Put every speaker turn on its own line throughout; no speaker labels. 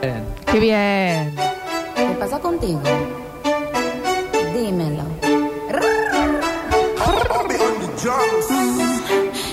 Bien.
Qué bien.
¿Qué pasa contigo? Dímelo.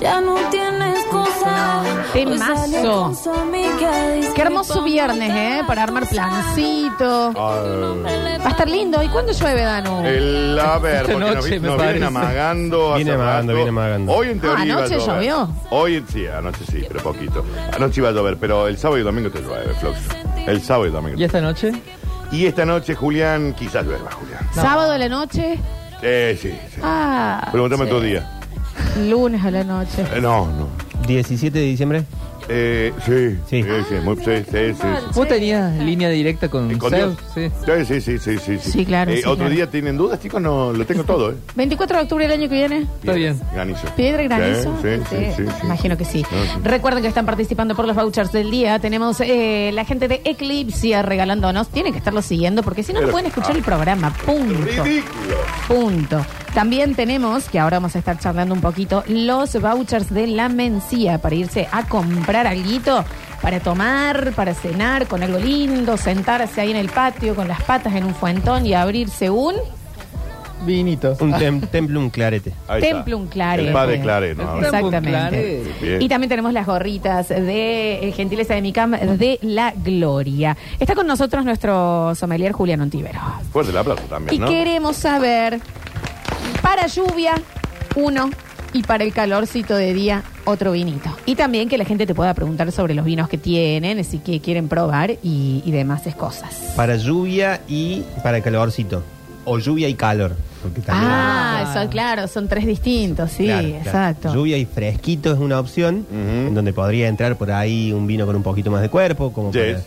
Ya no tienes cosa.
Temazo.
Hoy salió con su amiga, dice
Qué hermoso
que
viernes, ¿eh? Para armar plancito. Va a estar lindo. ¿Y cuándo llueve, Danu?
El, a ver,
Esta
porque nos,
noche,
vi-
me
nos vienen
parece.
amagando. hace
Viene amagando,
rato.
viene amagando.
Hoy en teoría.
Ah,
iba a
¿anoche
llover.
llovió?
Hoy en- sí, anoche sí, pero poquito. Anoche iba a llover, pero el sábado y el domingo te llueve, Flox. El sábado y el domingo.
¿Y esta noche?
Y esta noche, Julián, quizás llueva, Julián.
Sábado a la noche.
Eh, sí, sí.
Ah.
Pregúntame
sí.
otro día.
Lunes a la noche.
Eh, no, no.
17 de diciembre.
Eh, sí, sí,
Sí.
sí, muy- sí, sí, sí, sí.
¿Vos tenías línea directa con
¿Con
Zeus?
Dios?
Sí.
Sí, sí, sí, sí, sí.
Sí, claro,
Eh,
sí,
otro
claro.
día tienen dudas, chicos, no, lo tengo todo, ¿eh?
24 de octubre del año que viene.
Está bien.
Granizo.
Piedra y granizo.
Sí, sí, sí. sí, Ah, sí.
Imagino que sí.
No, sí.
Recuerden que están participando por los vouchers del día. Tenemos eh, la gente de Eclipsia regalándonos. Tienen que estarlo siguiendo porque si no, no
Pero- ah.
pueden escuchar el programa. Punto.
Ridículo.
Punto. También tenemos, que ahora vamos a estar charlando un poquito, los vouchers de la mencía para irse a comprar algo para tomar, para cenar con algo lindo, sentarse ahí en el patio con las patas en un fuentón y abrirse un
Vinito.
Un tem- templo, un clarete.
Ahí está.
Templum Claret.
El padre Claret, ¿no?
El Templum
Exactamente.
Claret.
Bien.
Y también tenemos las gorritas de eh, Gentileza de Micam de la Gloria. Está con nosotros nuestro sommelier Julián Ontivero.
Fuerte el aplauso
Y
también, ¿no?
queremos saber, para lluvia, uno, y para el calorcito de día, otro vinito. Y también que la gente te pueda preguntar sobre los vinos que tienen, si que quieren probar y, y demás es cosas.
Para lluvia y para calorcito. O lluvia y calor. Porque también-
Ah, son, claro, son tres distintos, sí,
Claro, claro.
exacto.
Lluvia y fresquito es una opción
Ujú.
en donde podría entrar por ahí un vino con un poquito más de cuerpo, como
Yes.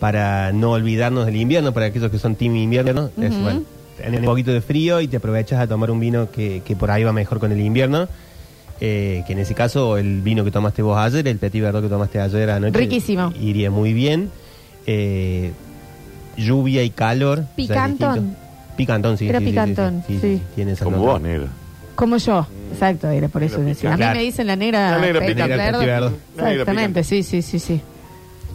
para, para no olvidarnos del invierno, para aquellos que son team invierno. es, bueno, tenés un poquito de frío y te aprovechas a tomar un vino que, que por ahí va mejor con el invierno. eh, que en ese caso el vino que tomaste vos ayer, el Petit Verdot que tomaste ayer anoche,
Riquísimo.
iría muy bien. Eh, lluvia y calor. ya es
Picantón.
distinto. Picantón, sí.
Era
sí, sí, sí,
picantón, sí.
tiene esas
Como
notas.
vos, negro.
Como yo, exacto, era por eso
Negra
decía. A mí
picante.
me dicen la negra.
La negra
peca,
picante.
claro.
Negra picante.
Exactamente,
picante.
sí, sí, sí, sí.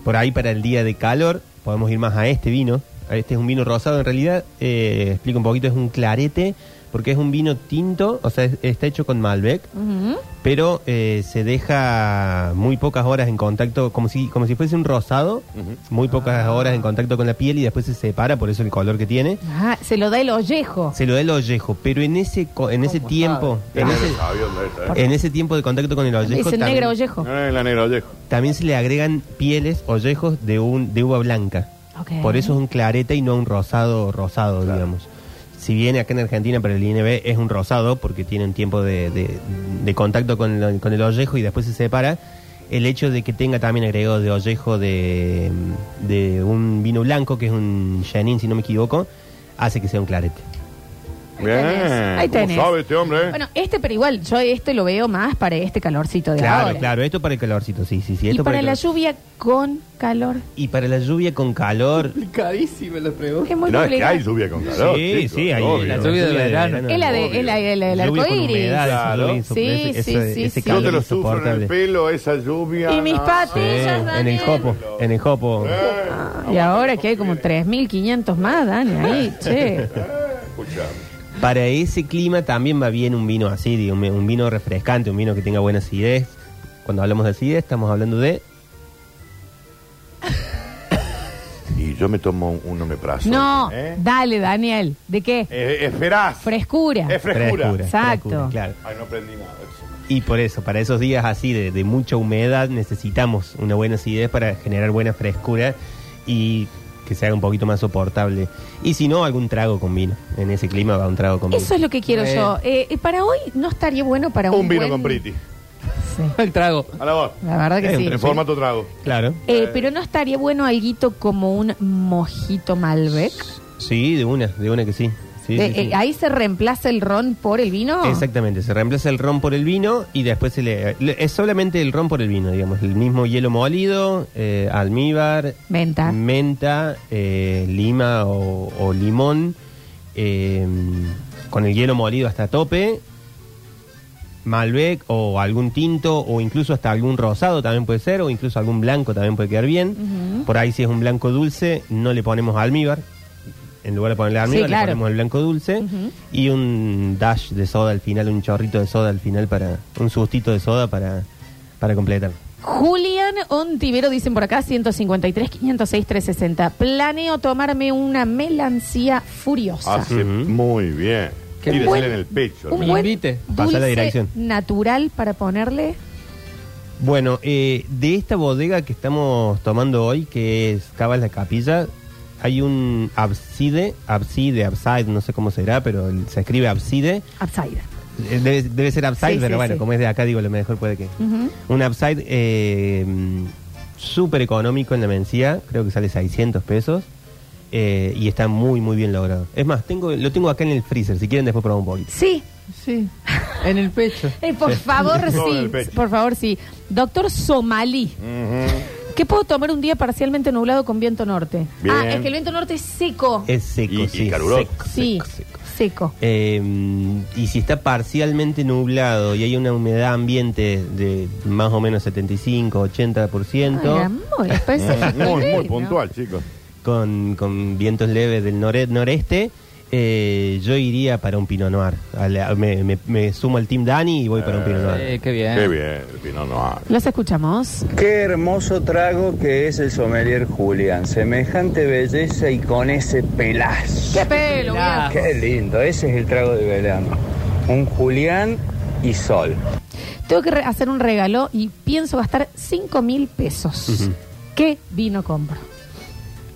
Por ahí para el día de calor podemos ir más a este vino. Este es un vino rosado en realidad. eh, explico un poquito, es un clarete porque es un vino tinto, o sea, es- está hecho con Malbec,
Ujú.
pero eh, se deja muy pocas horas en contacto, como si, como si fuese un rosado, muy pocas horas en contacto con la piel y después se separa, por eso el color que tiene.
Ah, se lo da el ollejo.
Se lo da el ollejo, pero en ese, co- en ese tiempo,
El
en
negro
ese,
sabio, ¿dónde está, eh?
en ese tiempo de contacto con el ollejo,
Dice
también-
negra ollejo.
Eh, La negra, oye.
también se le agregan pieles, ollejos de un de uva blanca.
Ah.
Ok.
Por eso es un clarete y no un rosado rosado, digamos. Si bien acá en Argentina para el INB es un rosado porque tiene un tiempo de, de- de contacto con el, con el ollejo y después se separa, el hecho de que tenga también agregado de ollejo de, de un vino blanco, que es un Chenin si no me equivoco, hace que sea un clarete.
Bien.
Ahí
¿Cómo
tenés.
sabe este hombre? eh?
Bueno, este, pero igual, yo este lo veo más para este calorcito de
Claro,
ahora.
claro, esto para el calorcito, sí, sí, sí.
Y
esto
para
el
la
calor.
lluvia con calor.
y para la lluvia con calor.
Complicadísima la pregunta.
Es muy
no, es que
complicado.
hay lluvia con calor.
sí,
chicos,
sí, ahí
obvio.
la lluvia de verano.
Es la de, es la, el, el
Lluvia con
arcoíris.
humedad, eso
Claro.
es lo
Sí,
insop- ese-
sí,
ese-
sí,
ese
sí.
Yo te
calor
lo sufro en el
insoportable.
pelo, esa lluvia.
Y mis
no.
Sí,
patillas,
en el jopo, en el jopo.
Eh,
Ah, Y ahora que hay como 3.500 más, Dani, ahí, che.
escuchame.
Para ese clima también va bien un vino así, digo, un, un vino refrescante, un vino que tenga buena acidez. Cuando hablamos de acidez estamos hablando de...
Y yo me tomo un omeprazol.
No,
¿eh?
dale, Daniel. ¿De qué?
Eh, es veraz.
Frescura.
Es frescura.
Exacto.
frescura, claro.
Ay, no aprendí nada.
Y por eso, para esos días así de, de mucha humedad necesitamos una buena acidez para generar buena frescura y que se haga un poquito más soportable. Y si no, algún trago con vino. En ese clima va un trago con vino.
Eso es lo que quiero
Eh.
yo. Eh, eh, para hoy no estaría bueno para un
Un vino
buen-
con Priti.
Sí,
El trago.
A la voz.
la verdad que
Eh, un
sí.
En formato trago.
Claro.
Eh, pero no estaría bueno alguito como un mojito Malbec.
Sí, de una, de una que sí. Sí,
Eh,
sí,
eh,
sí.
ahí se reemplaza el ron por el vino.
Exactamente, se reemplaza el ron por el vino y después se le, le- es solamente el ron por el vino, digamos, el mismo hielo molido, eh, almíbar,
Menta.
menta, eh, lima o, o limón, eh, con el hielo molido hasta tope, Malbec
Mm.
o algún tinto o incluso hasta algún rosado también puede ser o incluso algún blanco también puede quedar bien. por ahí si es un blanco dulce, no le ponemos almíbar. En lugar de ponerle almíbar,
claro.
le ponemos el blanco dulce.
Ujú.
Y un dash de soda al final, un chorrito de soda al final, para un sustito de soda para, para completar.
Julián Ontivero, dicen por acá, 153, 506, 360. Planeo tomarme una melancía furiosa.
Hace
Ujú.
muy bien.
Qué
y de
buen-
sal en el pecho.
Me
Un
¿no?
buen
invite.
Pasa
dulce
la dirección.
natural para ponerle.
Bueno, eh, de esta bodega que estamos tomando hoy, que es Cabas la Capilla, hay un abside, abside, abside, no sé cómo será, pero el- se escribe abside.
Upside.
Eh, Debe, debe ser upside,
Sí,
pero
sí,
bueno,
sí.
como es de acá, digo, lo mejor puede que.
Ujú.
Un upside eh, mm, súper económico en la mencía, creo que sale 600 pesos. eh, y está muy, muy bien logrado. Es más, tengo, lo tengo acá en el freezer, si quieren después probamos un poquito.
Sí,
Sí, en el pecho.
eh, por favor,
Todo el
sí.
pecho.
Por favor, sí. Doctor Somali,
Ujú.
¿qué puedo tomar un día parcialmente nublado con viento norte?
Bien.
Ah, es que el viento norte es seco.
Es seco,
Y- y
sí.
caluroso.
seco,
sí,
seco, seco.
seco.
Eh, y si está parcialmente nublado y hay una humedad ambiente de más o menos 75, 80%,
Ay, amor, después se-
Muy, muy
Sí,
puntual, chicos.
con, con vientos leves del nore- noreste, eh, yo iría para un Pinot Noir. A la- me, me- me sumo al Team Dani y voy para un Pinot Noir.
Eh, qué bien.
Qué bien, el Pinot Noir.
¿no? Los escuchamos.
Qué hermoso trago que es el sommelier Julián. Semejante belleza y con ese pelazo.
¡Qué pelo!
pelado.
viejo!
Qué lindo, ese es el trago de verano. Un Julián y sol.
Tengo que re- hacer un regalo y pienso gastar 5 mil pesos.
Ujú.
¿Qué vino compro?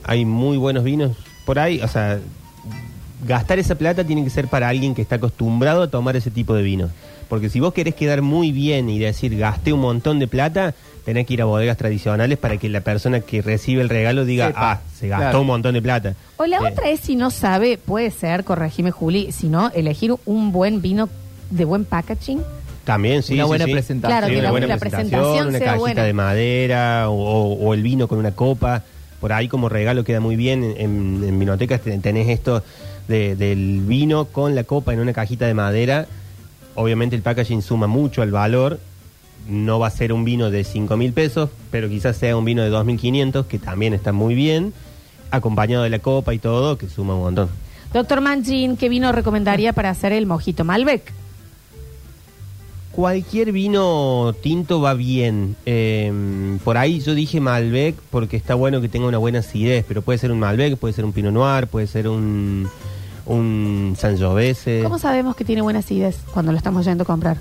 Hay muy buenos vinos por ahí, o sea, gastar esa plata tiene que ser para alguien que está acostumbrado a tomar ese tipo de vino. Porque si vos querés quedar muy bien y decir gasté un montón de plata, tenés que ir a bodegas tradicionales para que la persona que recibe el regalo diga,
Sepa.
ah, se gastó
Claro.
un montón de plata.
O la
Eh,
otra es, si no sabe, puede ser, corregime Juli, si no, elegir un buen vino de buen packaging.
También, sí.
una
sí,
buena
sí.
presentación.
Claro,
Sí,
que
una
la-
buena
la
presentación,
presentación
una
sea
cajita
buena.
de madera o, o- o el vino con una copa. Por ahí como regalo queda muy bien. En, en vinotecas te- tenés esto de- del vino con la copa en una cajita de madera. Obviamente el packaging suma mucho al valor. No va a ser un vino de 5 mil pesos, pero quizás sea un vino de 2.500, que también está muy bien, acompañado de la copa y todo, que suma un montón.
Doctor Manchin, ¿qué vino recomendaría para hacer el mojito Malbec?
Cualquier vino tinto va bien. Eh, por ahí yo dije Malbec porque está bueno que tenga una buena acidez, pero puede ser un Malbec, puede ser un Pinot Noir, puede ser un, un Sangiovese.
¿Cómo sabemos que tiene buena acidez cuando lo estamos yendo a comprar?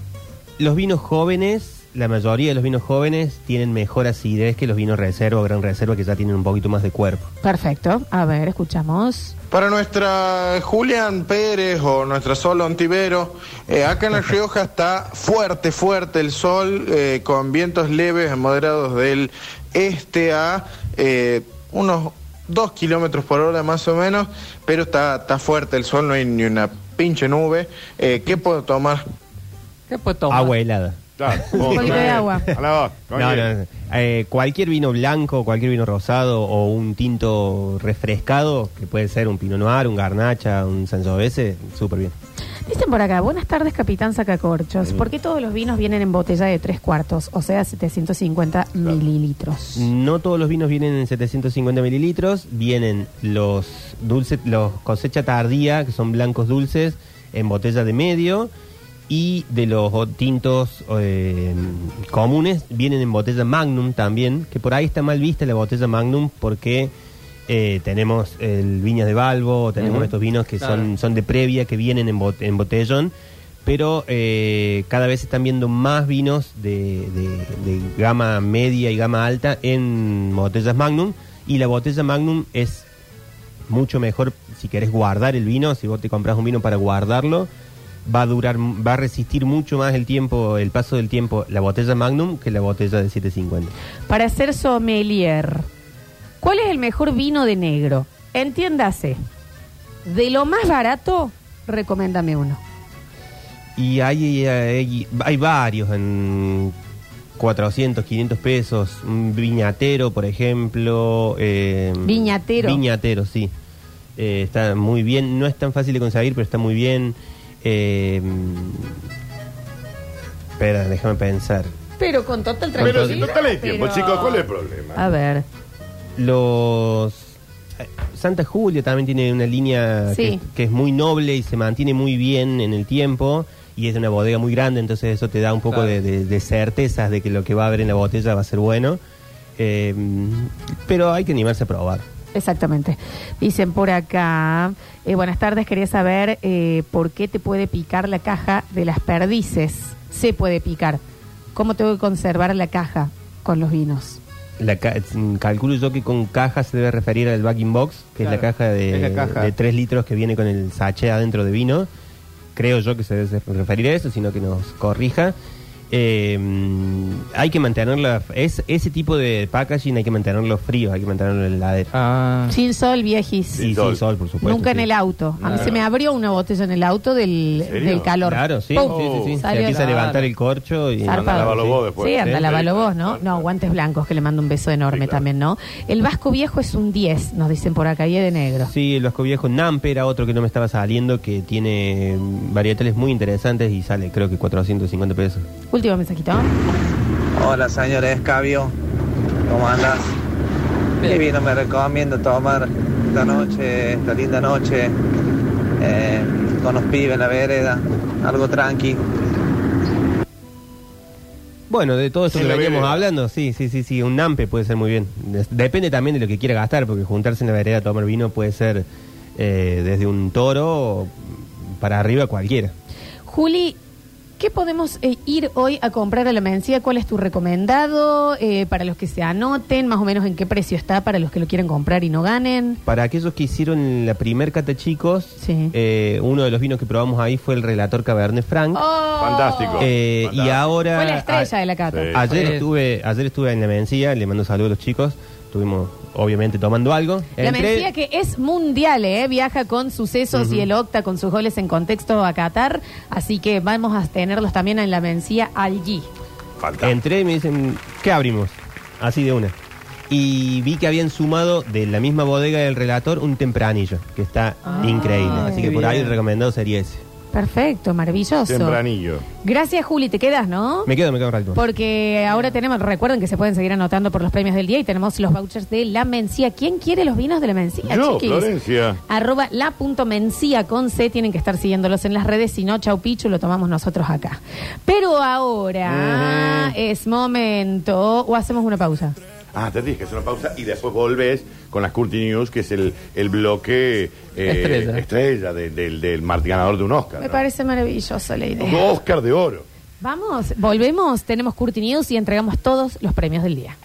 Los vinos jóvenes, la mayoría de los vinos jóvenes tienen mejor acidez que los vinos reserva o gran reserva que ya tienen un poquito más de cuerpo.
Perfecto. A ver, escuchamos.
Para nuestra Julián Pérez o nuestra Sol Ontivero, eh, acá en La Rioja está fuerte, fuerte el sol, eh, con vientos leves a moderados del este a eh, unos dos kilómetros por hora más o menos, pero está, está fuerte el sol, no hay ni una pinche nube. Eh, ¿Qué puedo tomar?
¿Qué puedo tomar?
Agua helada.
Claro.
Un poquito de agua.
eh, A la voz,
No,
con hielo.
no, no. Eh, cualquier vino blanco, cualquier vino rosado o un tinto refrescado, que puede ser un Pinot Noir, un Garnacha, un Sangiovese, súper bien.
Dicen por acá, buenas tardes, capitán Sacacorchos. ¿Por qué todos los vinos vienen en botella de tres cuartos, o sea, 750 mililitros?
No todos los vinos vienen en 750 mililitros, vienen los dulces, los cosecha tardía, que son blancos dulces, en botella de medio, y de los o- tintos eh, comunes vienen en botella magnum también, que por ahí está mal vista la botella magnum porque eh, tenemos el viñas de Balbo, tenemos estos vinos que
Claro.
son, son de previa, que vienen en, bot- en botellón. Pero eh, cada vez se están viendo más vinos de, de- de gama media y gama alta en botellas Magnum. Y la botella Magnum es mucho mejor si querés guardar el vino, si vos te compras un vino para guardarlo, va a durar, va a resistir mucho más el tiempo, el paso del tiempo, la botella Magnum que la botella de 750.
Para ser sommelier, ¿cuál es el mejor vino de negro? Entiéndase, de lo más barato, recoméndame uno.
Y hay, hay, hay varios en 400, 500 pesos. Un viñatero, por ejemplo. eh,
Viñatero.
Viñatero, sí. Eh, está muy bien. No es tan fácil de conseguir, pero está muy bien. Eh, espera, déjame pensar.
Pero con Ah, total
Pero
tranquilidad.
si total hay tiempo,
pero-
chicos, ¿cuál es el problema?
A ver,
Los. eh, Santa Julia también tiene una línea
Sí.
que, que es muy noble y se mantiene muy bien en el tiempo. Y es una bodega muy grande, entonces eso te da un poco
Claro.
de, de- de certezas de que lo que va a haber en la botella va a ser bueno. Eh, pero hay que animarse a probar.
Exactamente. Dicen por acá, eh, buenas tardes, quería saber eh, por qué te puede picar la caja de las perdices. Se puede picar. ¿Cómo tengo que conservar la caja con los vinos?
La ca- mm, calculo yo que con caja se debe referir al backing box, que es la
Claro,
caja de,
es la caja.
de 3 litros que viene con el sachet adentro de vino. Creo yo que se debe referir a eso, sino que nos corrija. Eh, hay que mantenerla, es, ese tipo de packaging hay que mantenerlo frío, hay que mantenerlo en la heladera.
Ah,
Sin sol, viejis.
y sin sol,
sol.
por supuesto.
Nunca en
sí.
el auto. A mí
Claro.
se me abrió una botella en el auto del,
¿En serio?
del calor.
Claro, sí,
¡Pum!
sí, sí, sí. Se
Salió
empieza a
la-
levantar el corcho y...
Zarpado.
Anda, lávalo vos después.
Sí, anda,
Sí,
lávalo
sí.
vos, ¿no?
Claro,
No,
claro.
guantes blancos, que le mando un beso enorme
Sí, claro.
también, ¿no? El Vasco Viejo es un 10, nos dicen por acá, y es de negro.
Sí, el Vasco Viejo Nampe era otro que no me estaba saliendo, que tiene mm, varietales muy interesantes y sale creo que 450 pesos.
Último mensajito.
Hola, señor Escabio. ¿Cómo andas? Qué vino me recomiendo tomar esta noche, esta linda noche, eh, con los pibes en la vereda, algo tranqui.
Bueno, de todo esto
En
que
la
veníamos
vereda.
hablando, sí, sí, sí, sí, un Nampe puede ser muy bien. Des- Depende también de lo que quiera gastar, porque juntarse en la vereda a tomar vino puede ser eh, desde un toro o para arriba cualquiera.
Juli, ¿qué podemos eh, ir hoy a comprar a la mencía? ¿Cuál es tu recomendado eh, para los que se anoten? Más o menos en qué precio está para los que lo quieren comprar y no ganen.
Para aquellos que hicieron la primer cata chicos,
Sí.
eh, uno de los vinos que probamos ahí fue el relator Cabernet Franc.
¡Oh!
Fantástico.
Eh, y
Fantástico.
ahora...
Fue la estrella
a-
de la cata.
Sí.
Ayer
Sí.
estuve, ayer estuve en la Mencía, le mando saludos a los chicos. Estuvimos, obviamente, tomando algo.
La
Entré-
mentira que es mundial, ¿eh? viaja con sucesos y el octa con sus goles en contexto a Qatar, así que vamos a tenerlos también en la mencía allí.
Fantástico.
Entré y me dicen, ¿qué abrimos? Así de una. Y vi que habían sumado de la misma bodega del relator un tempranillo, que está increíble. Así
Ah, qué
que por ahí
bien.
el recomendado sería ese.
Perfecto, maravilloso.
Tempranillo.
Gracias Juli, te quedas, ¿no?
Me quedo, me quedo un ratito.
Porque ahora tenemos, recuerden que se pueden seguir anotando por los premios del día y tenemos los vouchers de la mencía. ¿Quién quiere los vinos de la mencía?
Yo,
chiquis?
Florencia.
Arroba la punto mencía con C, tienen que estar siguiéndolos en las redes, si no, chau pichu, lo tomamos nosotros acá. Pero ahora es momento, o hacemos una pausa.
Ah, te dije que hacer una pausa y después volvés con las Curti News, que es el, el bloque eh,
Estrella.
estrella de- del, del mar- ganador de un Oscar.
Me
¿no?
parece maravillosa la
Un
idea.
Oscar de oro.
Vamos, volvemos, tenemos Curti News y entregamos todos los premios del día.